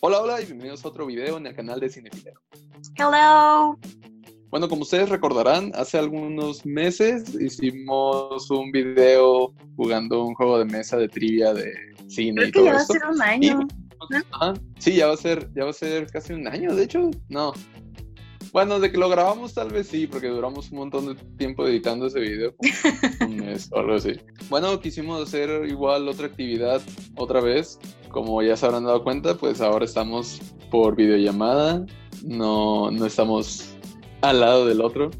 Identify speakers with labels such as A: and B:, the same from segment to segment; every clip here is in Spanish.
A: Hola, hola y bienvenidos a otro video en el canal de Cinefilero.
B: Hello.
A: Bueno, como ustedes recordarán, hace algunos meses hicimos un video jugando un juego de mesa de trivia de cine
B: Creo
A: y
B: que
A: todo
B: ya va a
A: esto. pues,
B: ser un año. ¿no?
A: Ajá. Sí, ya va a ser, ya va a ser casi un año, de hecho, no. Bueno, de que lo grabamos tal vez sí, porque duramos un montón de tiempo editando ese video, como un mes o algo así. Bueno, quisimos hacer igual otra actividad otra vez, como ya se habrán dado cuenta, pues ahora estamos por videollamada, no, no estamos al lado del otro.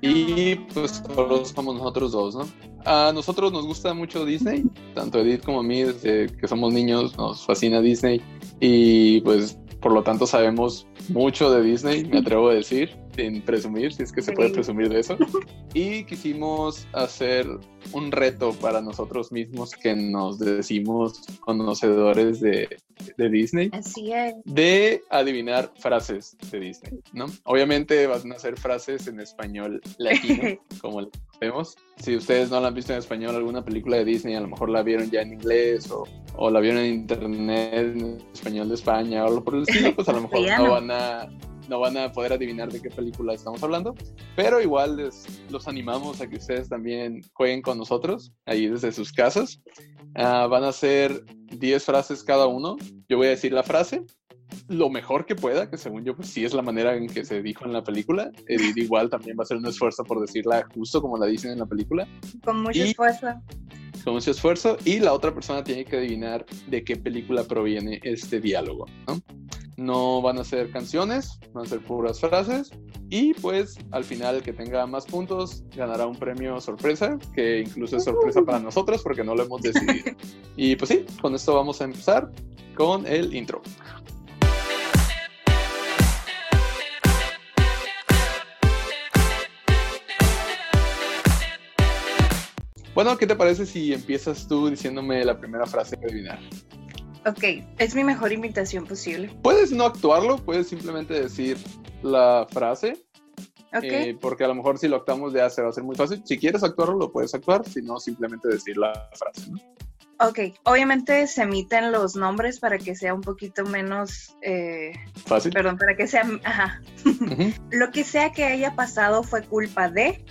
A: Y pues solo somos nosotros dos, ¿no? A nosotros nos gusta mucho Disney, tanto Edith como a mí, desde que somos niños nos fascina Disney y pues por lo tanto sabemos mucho de Disney, me atrevo a decir, sin presumir, si es que se puede
B: Sí.
A: presumir de eso. Y quisimos hacer un reto para nosotros mismos que nos decimos conocedores de, de Disney
B: Así es.
A: de adivinar frases de Disney, ¿no? Obviamente van a ser frases en español latino, como lo vemos. Si ustedes no la han visto en español, alguna película de Disney, a lo mejor la vieron ya en inglés o, o la vieron en internet, en español de España o algo por el estilo, pues a lo mejor no
B: Castellano.
A: van a no van a poder adivinar de qué película estamos hablando, pero igual les, los animamos a que ustedes también jueguen con nosotros ahí desde sus casas. Ah, van a ser 10 frases cada uno. Yo voy a decir la frase lo mejor que pueda, que según yo, pues sí es la manera en que se dijo en la película. Edith igual también va a hacer un esfuerzo por decirla justo como la dicen en la película,
B: Con mucho
A: Y-
B: esfuerzo.
A: con mucho esfuerzo. Y la otra persona tiene que adivinar de qué película proviene este diálogo, ¿no? No van a ser canciones, van a ser puras frases. Y pues al final el que tenga más puntos ganará un premio sorpresa, que incluso es sorpresa para nosotros porque no lo hemos decidido. Y pues sí, con esto vamos a empezar con el intro. Bueno, ¿qué te parece si empiezas tú diciéndome la primera frase que adivinar?
B: Ok, es mi mejor invitación posible.
A: Puedes no actuarlo, puedes simplemente decir la frase,
B: Ok,
A: eh, porque a lo mejor si lo actuamos ya se va a hacer muy fácil. Si quieres actuarlo, lo puedes actuar, si no, simplemente decir la frase. ¿no?
B: ok. Obviamente se emiten los nombres para que sea un poquito menos, eh,
A: Fácil.
B: perdón, para que sea, ajá.
A: Ujú.
B: Lo que sea que haya pasado fue culpa de.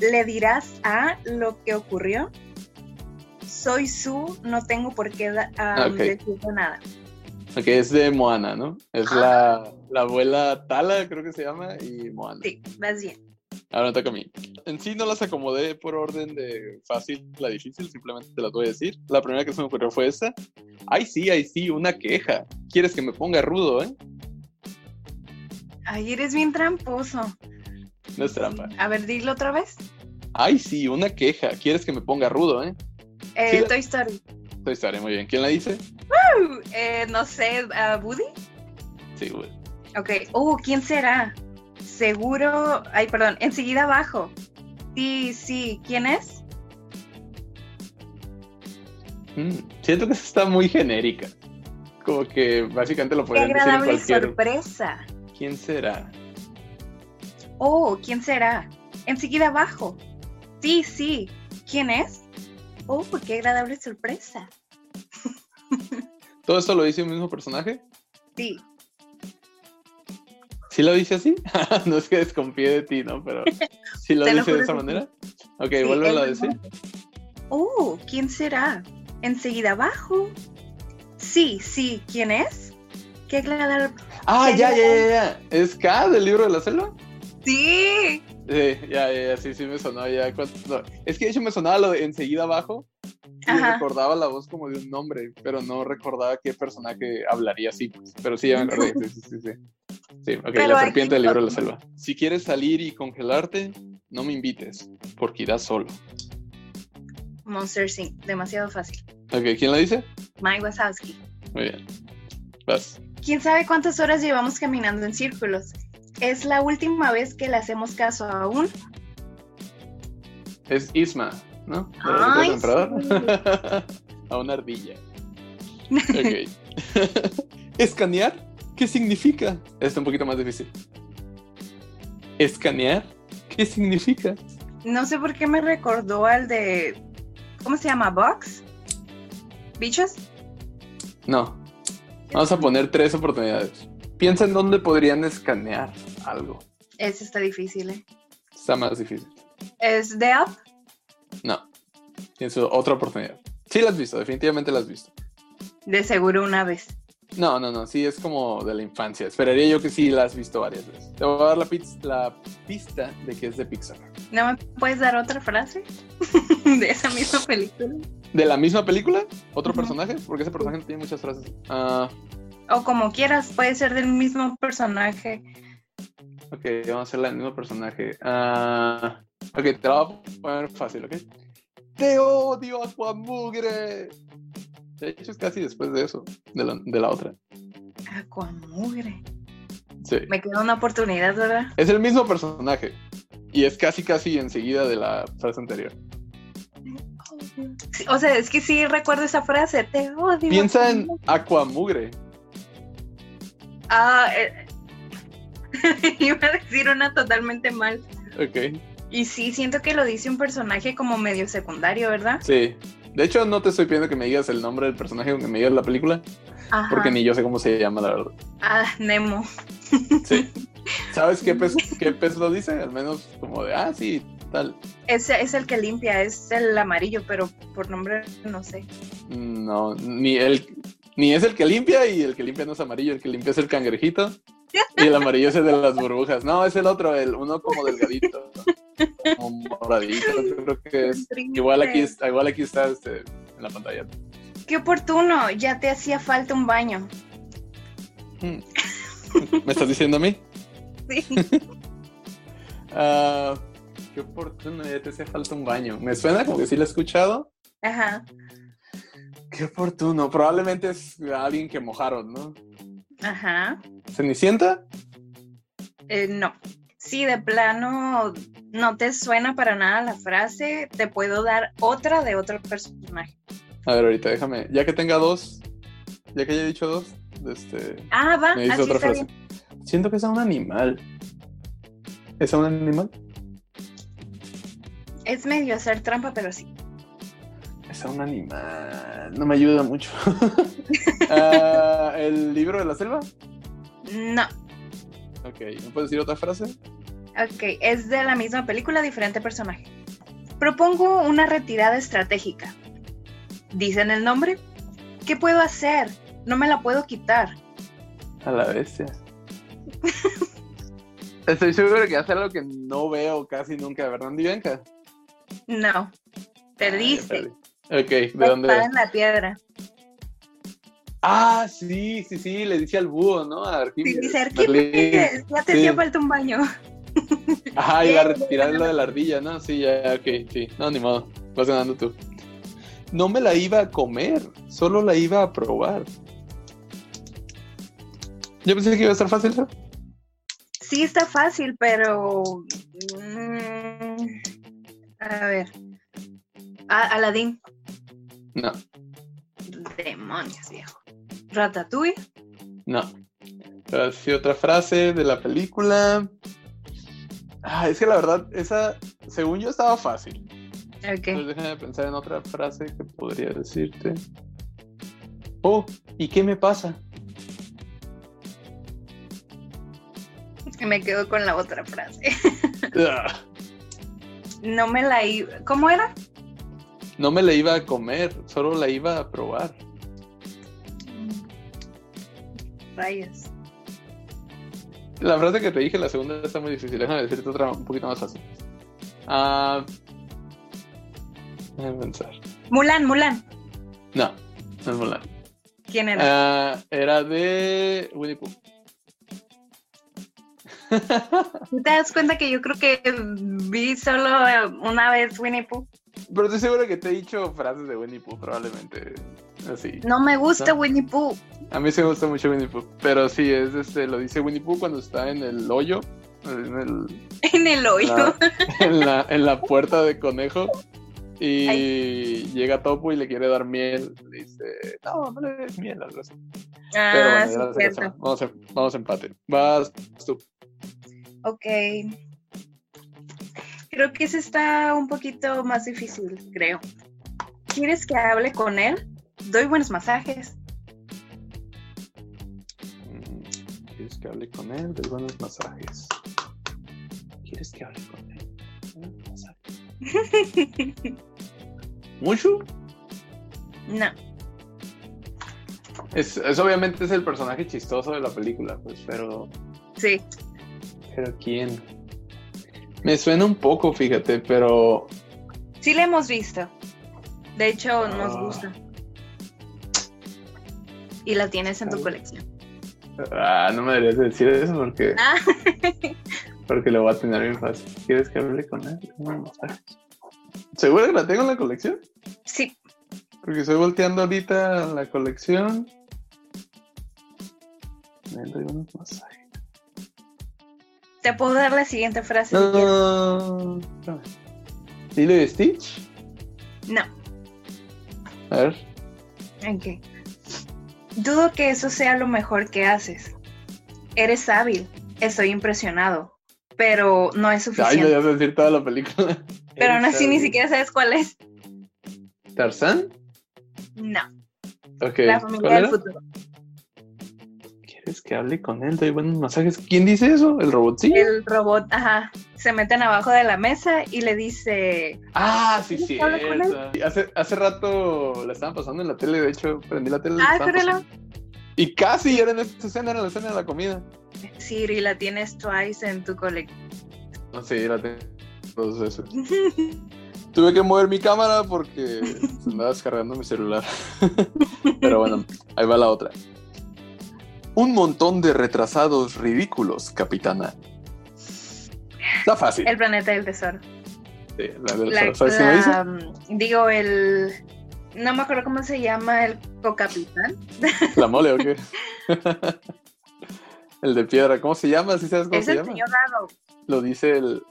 B: Le dirás a lo que ocurrió. Soy su, no tengo por qué da- ah,
A: Ok.
B: decirte nada.
A: Ok, es de Moana, ¿no? Es la, la abuela Tala, creo que se llama, y Moana.
B: Sí, vas bien.
A: Ahora me toca a mí. En sí no las acomodé por orden de fácil la difícil, simplemente te las voy a decir. La primera que se me ocurrió fue esta. Ay, sí, ay, sí, una queja. Quieres que me ponga rudo, ¿eh?
B: Ay, eres bien tramposo.
A: No es trampa.
B: A ver, dilo otra vez.
A: Ay, sí, una queja. Quieres que me ponga rudo, ¿eh?
B: Eh,
A: Sí.
B: Toy Story.
A: Entonces estaré muy bien. ¿Quién la dice?
B: Uh, eh, no sé, ¿a Woody.
A: Sí, güey.
B: Ok. Uh, ¿quién será? Seguro. Ay, perdón. Enseguida abajo. Sí, sí. ¿Quién es?
A: Mm, Siento que esa está muy genérica. Como que básicamente lo
B: Qué
A: pueden decir en
B: agradable
A: cualquier...
B: sorpresa.
A: ¿Quién será?
B: Oh, ¿quién será? Enseguida abajo. Sí, sí. ¿Quién es? Oh, qué agradable sorpresa.
A: ¿Todo esto lo dice el mismo personaje?
B: Sí.
A: ¿Sí lo dice así? no es que desconfíe de ti, ¿no? Pero ¿sí lo
B: Te
A: dice
B: lo
A: de
B: juro
A: esa
B: que sí.
A: manera? Ok,
B: sí,
A: vuelve
B: él
A: a
B: me
A: decir.
B: manda. Oh, ¿quién será? Enseguida abajo. Sí, sí. ¿Quién es? Qué agradable.
A: Ah, ya,
B: Ya,
A: ya, ya, ya. ¿Es K del libro de la selva?
B: Sí.
A: Sí, ya, ya, ya, sí, sí me sonó ya. cuando- Es que de hecho me sonaba lo de enseguida abajo y
B: Ajá.
A: recordaba la voz como de un nombre, pero no recordaba qué personaje hablaría así. pues. Pero sí, ya me acordé. Sí, sí, sí. sí. Sí, ok,
B: Pero
A: la
B: hay
A: serpiente del libro de la
B: quien-
A: selva. Si quieres salir y congelarte, no me invites, porque irás solo.
B: Monster Inc. Demasiado fácil.
A: Ok, ¿quién la dice?
B: Mike Wazowski.
A: Muy bien. Vas.
B: ¿Quién sabe cuántas horas llevamos caminando en círculos? Es la última vez que le hacemos caso a un...
A: Es Isma, ¿no? ¿De los
B: Ay,
A: secretos del emperador? A una ardilla. Ok. ¿Escanear? ¿Qué significa? Está un poquito más difícil. ¿Escanear? ¿Qué significa?
B: No sé por qué me recordó al de... ¿Cómo se llama? ¿Box? ¿Bichos?
A: No. Vamos a poner tres oportunidades. Piensa en dónde podrían escanear algo.
B: Ese está difícil, ¿eh?
A: Está más difícil.
B: ¿Es de app?
A: No. Pienso otra oportunidad. Sí la has visto, definitivamente la has visto.
B: De seguro una vez.
A: No, no, no. Sí, es como de la infancia. Esperaría yo que sí la has visto varias veces. Te voy a dar la, piz- la pista de que es de Pixar.
B: ¿No me puedes dar otra frase de esa misma película?
A: ¿De la misma película? ¿Otro
B: Ujú.
A: personaje? Porque ese personaje tiene muchas frases. Ah,
B: O como quieras, puede ser del mismo personaje.
A: ok, vamos a hacerla del mismo personaje. Ah, ok, te la voy a poner fácil, ¿ok? ¡Te odio, Aquamugre! De hecho, es casi después de eso, de la, de la otra.
B: Aquamugre.
A: Sí.
B: Ah, Me queda una oportunidad, ¿verdad?
A: Es el mismo personaje. Y es casi, casi enseguida de la frase anterior.
B: Sí, O sea, es que sí recuerdo esa frase. Te odio.
A: Piensa en
B: Aquamugre.
A: Aquamugre.
B: Ah, eh, iba a decir una totalmente mal.
A: Ok.
B: Y sí, siento que lo dice un personaje como medio secundario, ¿verdad?
A: Sí. De hecho, no te estoy pidiendo que me digas el nombre del personaje o que me digas la película,
B: Ajá.
A: porque ni yo sé cómo se llama, la verdad.
B: Ah, Nemo.
A: Sí. ¿Sabes qué pez, qué pez lo dice? Al menos como de, ah, sí, tal.
B: Ese es el que limpia, es el amarillo, pero por nombre no sé.
A: No, ni el, ni es el que limpia y el que limpia no es amarillo, el que limpia es el cangrejito y el amarillo es el de las burbujas. No, es el otro, el uno como delgadito, como moradito, creo que es. Igual aquí, es- igual aquí está este, en la pantalla.
B: Qué oportuno, ya te hacía falta un baño.
A: Hmm. ¿Me estás diciendo a mí?
B: Sí.
A: Ah, qué oportuno, ya te hace falta un baño. Me suena como que sí lo he escuchado.
B: Ajá.
A: Qué oportuno, probablemente es alguien que mojaron, ¿no?
B: Ajá.
A: ¿Cenicienta?
B: Eh, no. Sí, de plano no te suena para nada la frase, te puedo dar otra de otro personaje.
A: A ver, ahorita déjame, ya que tenga dos, ya que haya dicho dos, este,
B: Ah, va,
A: me dice
B: así
A: otra
B: está
A: frase.
B: bien.
A: Siento que es a un animal. ¿Es a un animal?
B: Es medio hacer trampa, pero sí.
A: Es a un animal. No me ayuda mucho. Ah, ¿El libro de la selva?
B: No.
A: Ok, ¿me puedes decir otra frase?
B: Ok, es de la misma película, diferente personaje. Propongo una retirada estratégica. Dicen el nombre. ¿Qué puedo hacer? No me la puedo quitar.
A: A la bestia. Estoy seguro que hace algo que no veo casi nunca, ¿verdad, Bianca?
B: No. Perdiste.
A: Ok, ¿de
B: La
A: dónde
B: espada
A: era?
B: en la piedra.
A: Ah, sí, sí, sí, le dice al búho, ¿no? A
B: Sí,
A: Arquímedes.
B: dice
A: Berlín.
B: Arquímedes, ya te hacía
A: Sí.
B: falta un baño.
A: Ajá, y la retirada es la de la ardilla, ¿no? Sí, ya, ok, sí. No, ni modo. Vas ganando tú. No me la iba a comer, solo la iba a probar. Yo pensé que iba a estar fácil, ¿no?
B: Sí, está fácil, pero. mm, a ver. A- Aladín.
A: No,
B: Demonios, viejo. Ratatouille.
A: no. Así otra frase de la película. Ah, es que la verdad, esa, según yo, estaba fácil.
B: Ok.
A: Entonces déjame pensar en otra frase que podría decirte. Oh, ¿y qué me pasa?
B: Me quedo con la otra frase.
A: Ugh.
B: No me la iba. ¿Cómo era?
A: No me la iba a comer, solo la iba a probar.
B: Rayos.
A: La frase que te dije, la segunda está muy difícil. Déjame decirte otra un poquito más fácil. Ah, déjame pensar.
B: Mulan, Mulan.
A: No, no es Mulan.
B: ¿Quién era?
A: Ah, era de Winnie Pooh.
B: ¿Tú ¿Te das cuenta que yo creo que vi solo eh, una vez Winnie Pooh?
A: Pero estoy seguro que te he dicho frases de Winnie Pooh, probablemente. Así.
B: No me gusta
A: No.
B: Winnie Pooh.
A: A mí sí me gusta mucho Winnie Pooh. Pero sí, es este, lo dice Winnie Pooh cuando está en el hoyo. En el,
B: En el hoyo.
A: la- en, la, en la puerta de conejo y llega Topo y le quiere dar miel. Le dice, no, no le des miel, algo así. Pero bueno,
B: Ah, sí,
A: ya no sé qué
B: cierto.
A: hacemos. vamos, a, vamos a empate. Vas tú.
B: Ok. Creo que ese está un poquito más difícil, creo. ¿Quieres que hable con él? Doy buenos masajes.
A: ¿Quieres que hable con él de buenos masajes? ¿Quieres que hable con él de buenos masajes? ¿Mucho?
B: No,
A: Es, es obviamente es el personaje chistoso de la película, pues, pero...
B: sí.
A: ¿Pero quién? Me suena un poco, fíjate, pero...
B: Sí la hemos visto. De hecho, nos
A: Ah.
B: gusta. Y la tienes en tu
A: Ay.
B: colección.
A: Ah, no me deberías decir eso porque,
B: Ah,
A: porque lo voy a tener bien fácil. ¿Quieres que hable con él? No, no sabes. ¿Seguro que la tengo en la colección?
B: sí.
A: Porque estoy volteando ahorita la colección. Me doy unos masajes.
B: Te puedo dar la siguiente frase. si
A: No,
B: quieres.
A: no, no. ¿Lilo y Stitch?
B: No.
A: A ver.
B: Ok. Dudo que eso sea lo mejor que haces. Eres hábil. Estoy impresionado. Pero no es
A: Ay, me
B: suficiente.
A: vas a decir toda la película.
B: pero aún así ni
A: Elsa,
B: siquiera sabes cuál es.
A: ¿Tarzán?
B: No.
A: Ok. ¿cuál
B: la familia del
A: era?
B: futuro.
A: ¿Quieres que hable con él? Doy buenos masajes. ¿Quién dice eso? ¿El robotcillo?
B: El robot, ajá. Se meten abajo de la mesa y le dice.
A: Ah, sí,
B: ¿Quieres
A: sí.
B: que hable con él?
A: Hace, hace rato la estaban pasando en la tele, de hecho, prendí la tele. la
B: Ah,
A: estaban
B: júralo.
A: pasando. Y casi era en esta escena, era la escena de la comida.
B: Siri, la tienes twice en tu colección.
A: No sé, era Ah, te- entonces, Tuve que mover mi cámara porque se andaba descargando mi celular. Pero bueno, ahí va la otra. Un montón de retrasados ridículos, capitana. Está fácil.
B: El planeta del tesoro.
A: Sí, la de
B: La-
A: ¿Sabes qué me dice?
B: la, mm, digo, el. No me acuerdo cómo se llama el cocapitán.
A: ¿La mole o qué? el de piedra, ¿cómo se llama? ¿Sí sabes cómo
B: Es
A: se
B: el
A: llama?
B: señor Dado.
A: Lo dice el.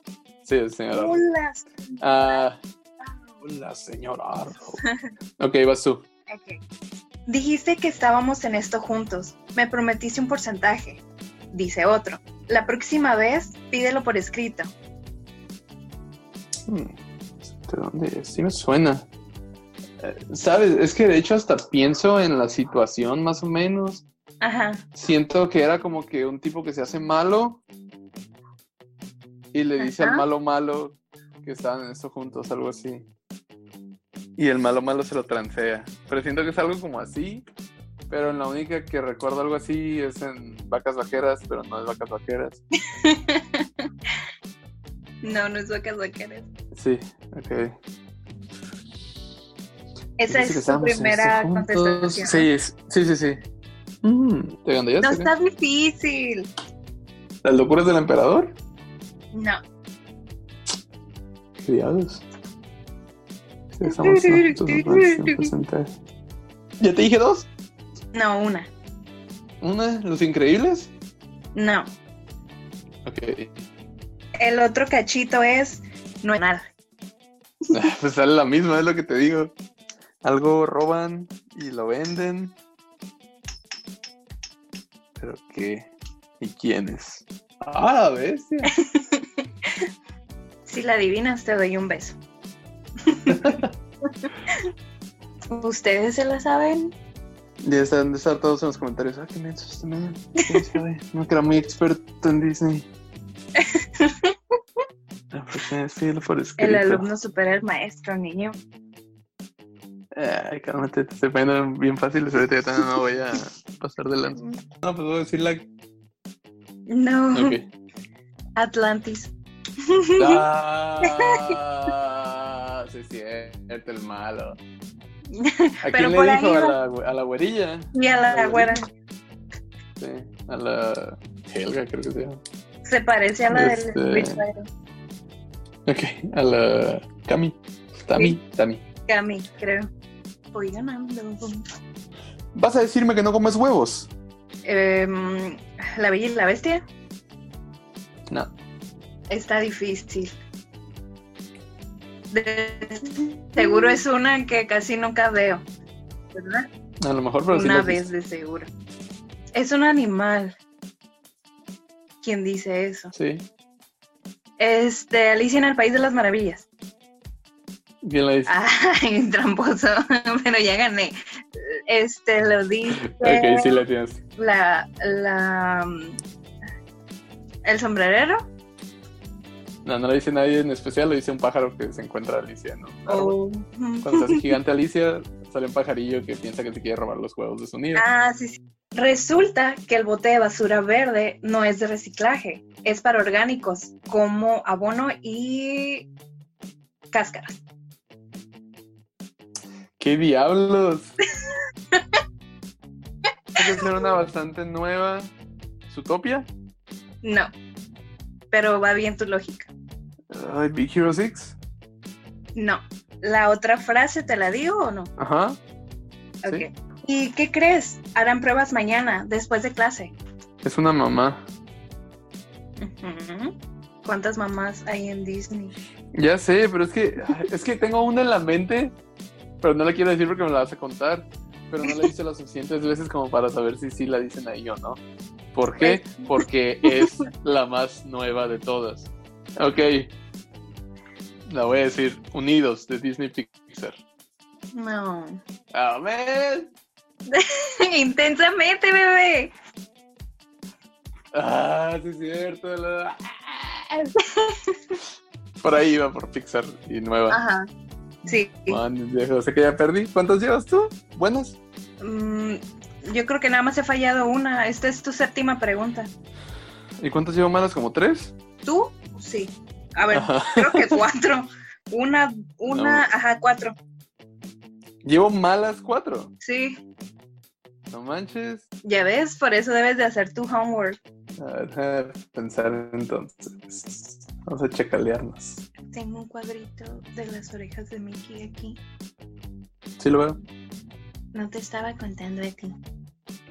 A: Sí, el señor Arro.
B: Hola,
A: Ah, hola, señor Arro. ok, vas tú.
B: Ok. Dijiste que estábamos en esto juntos. Me prometiste un porcentaje. Dice otro. La próxima vez pídelo por escrito.
A: Hmm, ¿De dónde? es? Sí me suena. Eh, Sabes, es que de hecho hasta pienso en la situación más o menos.
B: Ajá.
A: Siento que era como que un tipo que se hace malo y le dice al
B: Ajá.
A: malo malo que estaban en esto juntos, algo así. Y el malo malo se lo transea. Pero siento que es algo como así. Pero en la única que recuerdo algo así es en Vacas Vaqueras, pero no es Vacas Vaqueras.
B: No, no es lo que lo quieres.
A: Sí, ok. Dice
B: Esa
A: que
B: es tu
A: estábamos en
B: primera
A: esto juntos.
B: contestación.
A: Sí, es- sí, sí. sí. Mm, ¿Te gandallas?
B: No está difícil.
A: ¿Las locuras del emperador?
B: No.
A: Criados. Sí, estamos juntos, nos vamos a presentar. ¿Ya te dije dos?
B: No, una.
A: Una, Los Increíbles.
B: No.
A: Ok.
B: El otro cachito es no es nada.
A: Pues sale la misma, es lo que te digo. Algo roban y lo venden. ¿Pero qué? ¿Y quiénes? ¡Ah, la bestia!
B: Si la adivinas, te doy un beso. ¿Ustedes se la saben?
A: Ya están de estar todos en los comentarios. Ah, qué menso este man. ¿Quién sabe? No que era muy experto en Disney. Ah, ¿por qué decirlo por escrito?
B: El alumno supera al maestro, niño.
A: Ay, cálmate, te estoy poniendo bien fáciles. Ahorita ya también no voy a pasar de lanza. No, pues voy a decir la.
B: No.
A: Ok.
B: Atlantis.
A: Ah, sí, es cierto, el malo. ¿A
B: Pero
A: quién le
B: por ahí
A: dijo? A
B: va.
A: la, güe- a la güerilla.
B: Y a la güera
A: Sí, a la Helga, creo que se llama.
B: se parece a la del
A: Este-
B: Street Fighter.
A: Ok, a la Cami. Tami, Tami.
B: que a mí, creo. Voy ganando.
A: ¿Vas a decirme que no comes huevos?
B: Em, la Bella y la Bestia
A: No.
B: está difícil. De- seguro es una que casi nunca veo, ¿verdad?
A: A lo mejor, pero sí
B: una
A: las
B: vez
A: dices.
B: de seguro. Es un animal. ¿Quién dice eso?
A: Sí.
B: Este, Alicia en el País de las Maravillas.
A: ¿Quién la
B: Ah,
A: dice?
B: Ay, tramposo, pero ya gané. Este lo dice.
A: ok, sí la tienes.
B: la, la mm, el sombrerero.
A: No, no lo dice nadie en especial, lo dice un pájaro que se encuentra Alicia, ¿no? Un árbol.
B: o-
A: Cuando se hace gigante Alicia, sale un pajarillo que piensa que te quiere robar los huevos de su nido.
B: Ah, sí, sí. Resulta que el bote de basura verde no es de reciclaje, es para orgánicos como abono y cáscaras.
A: ¡Qué diablos! Hay que hacer una bastante nueva. ¿Zootopia?
B: No, pero va bien tu lógica.
A: Ay, Big Hero 6.
B: No, la otra frase te la digo o no.
A: Ajá.
B: Ok. ¿Y qué crees? Harán pruebas mañana, después de clase.
A: Es una mamá.
B: Ujú. ¿Cuántas mamás hay en Disney?
A: Ya sé, pero es que ay, es que tengo una en la mente, pero no la quiero decir porque me la vas a contar. Pero no la hice las suficientes veces como para saber si sí la dicen ahí o no. ¿Por qué? Porque es la más nueva de todas. Ok. La voy a decir. Unidos de Disney Pixar.
B: No.
A: Amén.
B: Intensamente, bebé.
A: Ah, sí es cierto. la- Por ahí iba por Pixar y nueva.
B: Ajá. Sí.
A: Man, viejo, sé que ya perdí. ¿Cuántas llevas tú? ¿Buenas?
B: Mm, yo creo que nada más he fallado una. Esta es tu séptima pregunta.
A: ¿Y cuántas llevo malas? ¿Como tres?
B: ¿Tú? Sí. A ver,
A: Ajá.
B: creo que cuatro. Una, una, ajá, cuatro.
A: Llevo malas cuatro.
B: Sí.
A: No manches.
B: Ya ves, por eso debes de hacer tu homework.
A: A ver, a ver, pensar entonces. Vamos a chacalearnos.
B: Tengo un cuadrito de las orejas de Mickey aquí.
A: ¿Sí lo veo?
B: No te estaba contando de ti.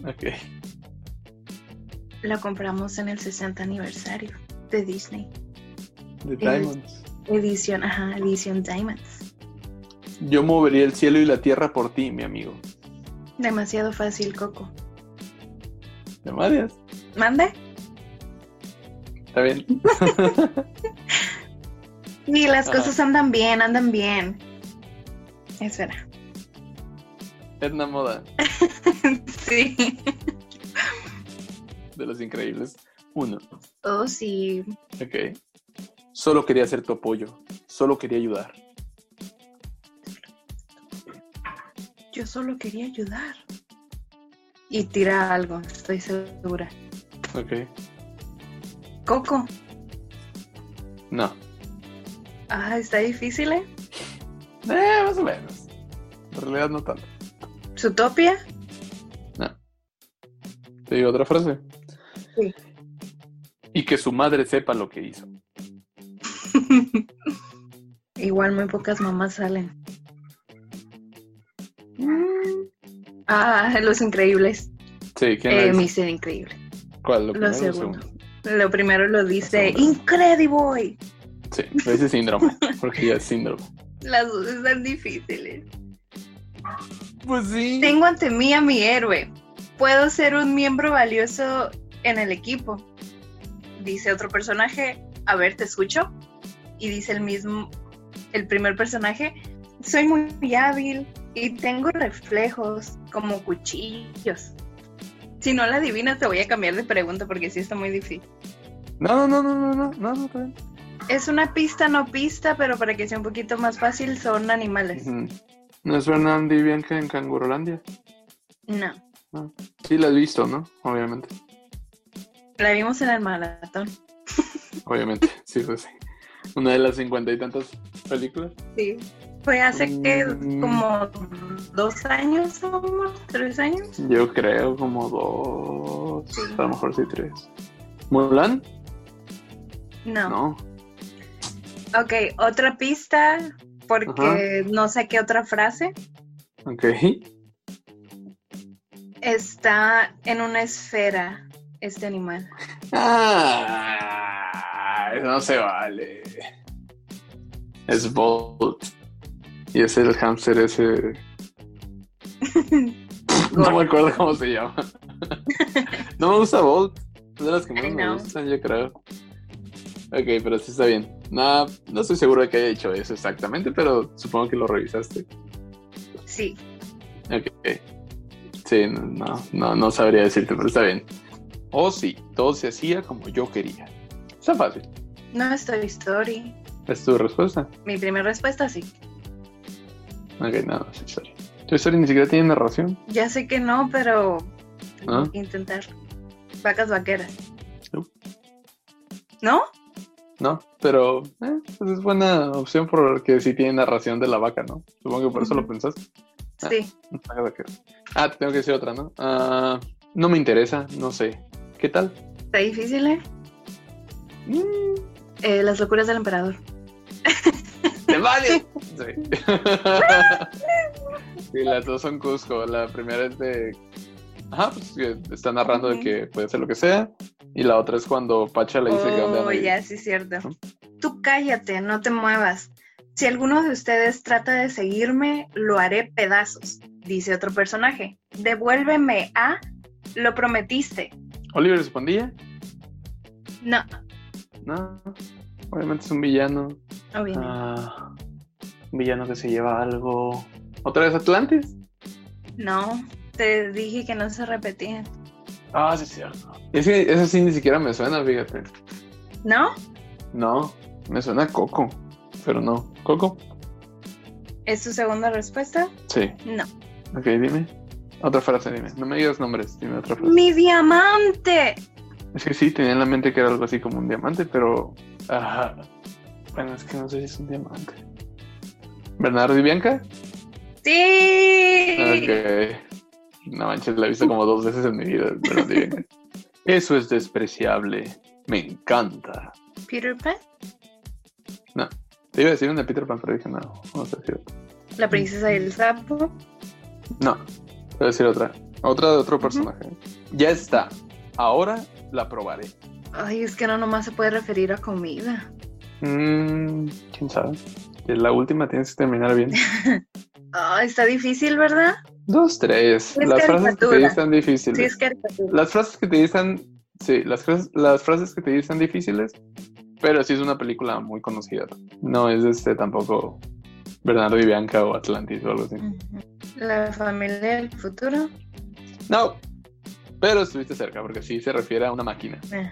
A: Ok.
B: Lo compramos en el 60 aniversario de Disney.
A: De Diamonds.
B: Edición, ajá, edición Diamonds.
A: Yo movería el cielo y la tierra por ti, mi amigo.
B: Demasiado fácil, Coco.
A: ¿De madres?
B: ¿Mande?
A: Está bien.
B: Y las
A: Ajá.
B: cosas andan bien, andan bien. Espera.
A: Edna Moda,
B: Sí.
A: de Los Increíbles. Uno.
B: Oh, sí.
A: Ok. Solo quería hacer tu apoyo. Solo quería ayudar.
B: Yo solo quería ayudar. Y tira algo, estoy segura.
A: Ok.
B: Coco.
A: No.
B: Ah, está difícil, ¿eh?
A: Eh, más o menos. En realidad no tanto.
B: Zootopia.
A: Te digo otra frase.
B: Sí.
A: Y que su madre sepa lo que hizo.
B: Igual muy pocas mamás salen. Ah, los increíbles.
A: Sí, ¿quién
B: Eh,
A: es?
B: mi ser increíble.
A: ¿Cuál? ¿Lo,
B: Lo
A: primero o lo
B: segundo.
A: segundo?
B: Lo primero lo dice
A: segundo.
B: Incrediboy.
A: Sí, pero ese es síndrome, porque ya es síndrome.
B: Las dos están difíciles.
A: Pues sí.
B: Tengo ante mí a mi héroe. Puedo ser un miembro valioso en el equipo. Dice otro personaje, a ver, te escucho. Y dice el mismo, el primer personaje, soy muy hábil y tengo reflejos como cuchillos. Si no la adivinas, te voy a cambiar de pregunta porque sí está muy difícil.
A: No, no, no, no, no, no, no, está bien.
B: Es una pista, no pista, pero para que sea un poquito más fácil, son animales.
A: Ujú. ¿No es Fernando y Bianca en Cangurolandia?
B: No,
A: Sí, la has visto, ¿no? Obviamente.
B: la vimos en el maratón.
A: Obviamente, sí, pues sí. Una de las cincuenta y tantas películas.
B: Sí. Fue hace que
A: Mm.
B: como dos años, amor, tres años.
A: Yo creo como dos,
B: Sí.
A: a lo mejor sí tres. ¿Mulan?
B: No.
A: No.
B: Ok, otra pista, porque no saqué otra frase.
A: Ok.
B: Está en una esfera este animal.
A: Ah, no se vale. Es Bolt. Y es el hámster ese. No me acuerdo cómo se llama. No me gusta Bolt. Es de las que
B: I
A: menos me
B: know.
A: gustan, yo creo. Ok, pero sí está bien. Nah, no estoy seguro de que haya hecho eso exactamente, pero supongo que lo revisaste.
B: sí.
A: Ok. Sí, no, no, no, no sabría decirte, pero está bien. O sí, todo se hacía como yo quería. Está fácil.
B: No estoy story.
A: ¿Es tu respuesta?
B: Mi primera respuesta sí.
A: Ok, no, no es historia. ¿Tu historia ni siquiera tiene narración?
B: Ya sé que no, pero
A: ¿Ah?
B: intentar. Vacas vaqueras.
A: No.
B: ¿No?
A: No, pero eh, pues es buena opción porque sí tiene narración de la vaca, ¿no? Supongo que por eso lo
B: Ujú.
A: pensaste. Ah.
B: Sí.
A: Ah, tengo que decir otra, ¿no? Ah, no me interesa, no sé. ¿Qué tal?
B: Está difícil, ¿eh?
A: Mm,
B: Eh, Las locuras del emperador.
A: ¡Te vale! Sí. Sí, las dos son Cusco. La primera es de. Ajá, pues que está narrando de
B: Ujú.
A: que puede ser lo que sea. Y la otra es cuando Pacha le dice que dónde
B: Oh,
A: anda y-
B: ya, sí, cierto.
A: ¿No?
B: Tú cállate, no te muevas. Si alguno de ustedes trata de seguirme, lo haré pedazos, dice otro personaje. Devuélveme a lo prometiste.
A: Oliver respondía.
B: No,
A: No, obviamente es un villano.
B: obviamente.
A: Ah, un villano que se lleva algo. ¿Otra vez Atlantis?
B: No, te dije que no se repetían.
A: Ah, sí, es cierto. Es que eso sí ni siquiera me suena, fíjate.
B: ¿No?
A: No, me suena a Coco, pero no. ¿Coco?
B: ¿Es tu segunda respuesta?
A: Sí.
B: No.
A: Ok, dime. Otra frase, dime. No me digas nombres, dime otra frase.
B: ¡Mi diamante!
A: Es que sí, tenía en la mente que era algo así como un diamante, pero. Ajá. Bueno, es que no sé si es un diamante. ¿Bernardo y Bianca? Ah,
B: ¡Sí!
A: Ok. No manches, la he visto como dos veces en mi vida. Bernardo y Bianca. Eso es despreciable. Me encanta.
B: ¿Peter Pan?
A: Te iba a decir una de Peter Pan, pero dije, no, no sé si otra.
B: ¿La princesa y el sapo?
A: No, te voy a decir otra. Otra de otro personaje. Ya está. Ahora la probaré.
B: Ay, es que no nomás se puede referir a comida.
A: Mm, ¿Quién sabe? La última tienes que terminar bien.
B: Ay, está difícil, ¿verdad?
A: Dos, tres.
B: Es
A: las frases que te
B: caricatura.
A: di están difíciles.
B: Sí, es caricatura.
A: Las frases que te dicen, sí, las, fras- las frases que te dicen difíciles, pero sí es una película muy conocida. No es este tampoco Bernardo y Bianca o Atlantis o algo así.
B: La familia del futuro.
A: No, pero estuviste cerca porque sí se refiere a una máquina.
B: Eh,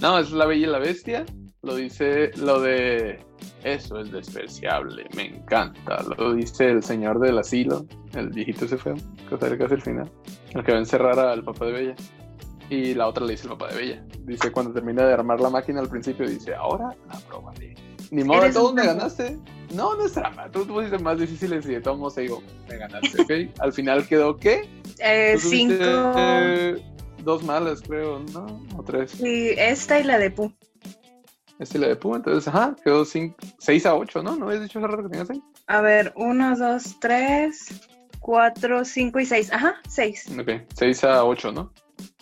A: No, es La Bella y la Bestia. Lo dice lo de eso es despreciable, me encanta. Lo dice el señor del asilo, el viejito ese feo, que sale casi al final, el que va a encerrar al papá de Bella. Y la otra le dice el papá de Bella. Dice cuando termina de armar la máquina al principio, dice ahora la probaré. Ni modo, de
B: Eres
A: todos
B: un
A: me
B: trampa.
A: ganaste. No, no es trampa. Tú pusiste más difíciles y de todos modos te digo, me ganaste, ¿ok? al final quedó, ¿qué?
B: eh,
A: Tú tuviste,
B: cinco.
A: Pues eh, dos malas, creo, ¿no? O tres.
B: Sí, esta y la de Pooh.
A: Estilo de Puma, entonces, ajá, quedó 6 a 8, ¿no? ¿No habías dicho hace rato que tenías 6?
B: A ver, uno, dos, tres, cuatro, cinco y seis. Ajá, seis.
A: Ok, 6 a 8, ¿no?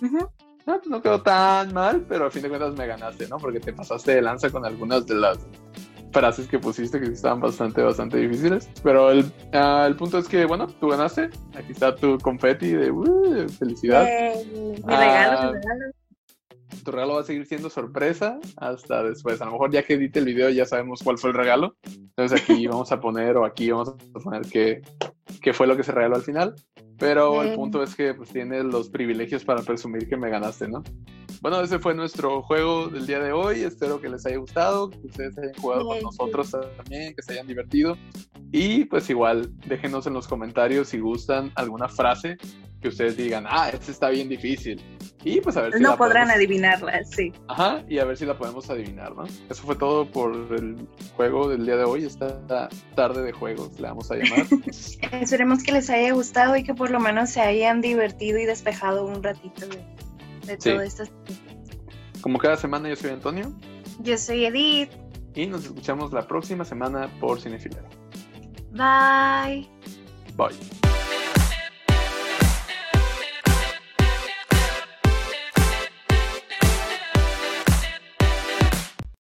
B: Ujú.
A: No, pues no quedó tan mal, pero a fin de cuentas me ganaste, ¿no? Porque te pasaste de lanza con algunas de las frases que pusiste que sí estaban bastante, bastante difíciles. Pero el, ah, el punto es que, bueno, tú ganaste. Aquí está tu confeti de uh, felicidad.
B: Eh, mi
A: Ah.
B: regalo, mi regalo.
A: Tu regalo va a seguir siendo sorpresa hasta después. A lo mejor ya que edite el video ya sabemos cuál fue el regalo. Entonces aquí vamos a poner o aquí vamos a poner qué, qué fue lo que se regaló al final. Pero el
B: Bien.
A: punto es que pues tienes los privilegios para presumir que me ganaste, ¿no? Bueno, ese fue nuestro juego del día de hoy. Espero que les haya gustado, que ustedes hayan jugado con
B: Bien.
A: nosotros también, que se hayan divertido. Y pues igual, déjenos en los comentarios si gustan alguna frase que ustedes digan, ah, este está bien difícil. Y pues a ver si
B: No
A: la
B: podrán
A: podemos-
B: adivinarla, sí.
A: Ajá, y a ver si la podemos adivinar, ¿no? Eso fue todo por el juego del día de hoy, esta tarde de juegos, le vamos a llamar.
B: Esperemos que les haya gustado y que por lo menos se hayan divertido y despejado un ratito de, de
A: Sí.
B: todo esto.
A: Como cada semana, yo soy Antonio
B: Yo soy Edith.
A: y nos escuchamos la próxima semana por Cinefilia.
B: Bye.
A: Bye.